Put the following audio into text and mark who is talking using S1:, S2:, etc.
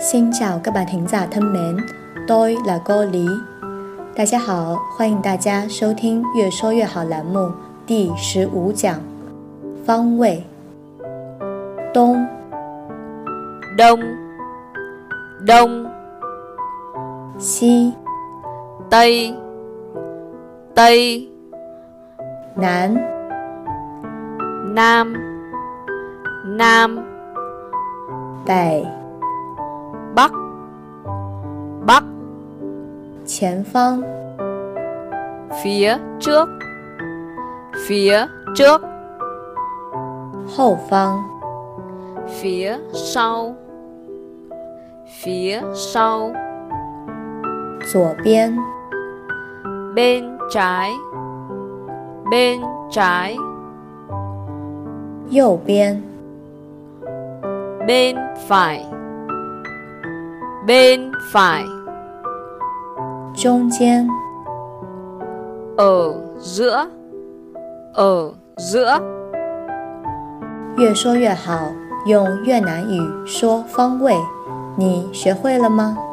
S1: Xin chào các bạn thính giả thân mến, tôi là cô Lý. 大家好，欢迎大家收听《越说越好》栏目第十五讲，方位。东，
S2: đông đông
S1: 西，
S2: tây tây
S1: 南，
S2: nam nam
S1: 北，
S2: bắc bắc
S1: 前方，
S2: phía trước phía trước
S1: 后方，
S2: phía sau phía sau
S1: 左边，
S2: bên trái bên trái
S1: 右边，
S2: bên phải bên phải
S1: 中间，
S2: ở giữa ở giữa
S1: 越说越好，用越南语说方位，你学会了吗？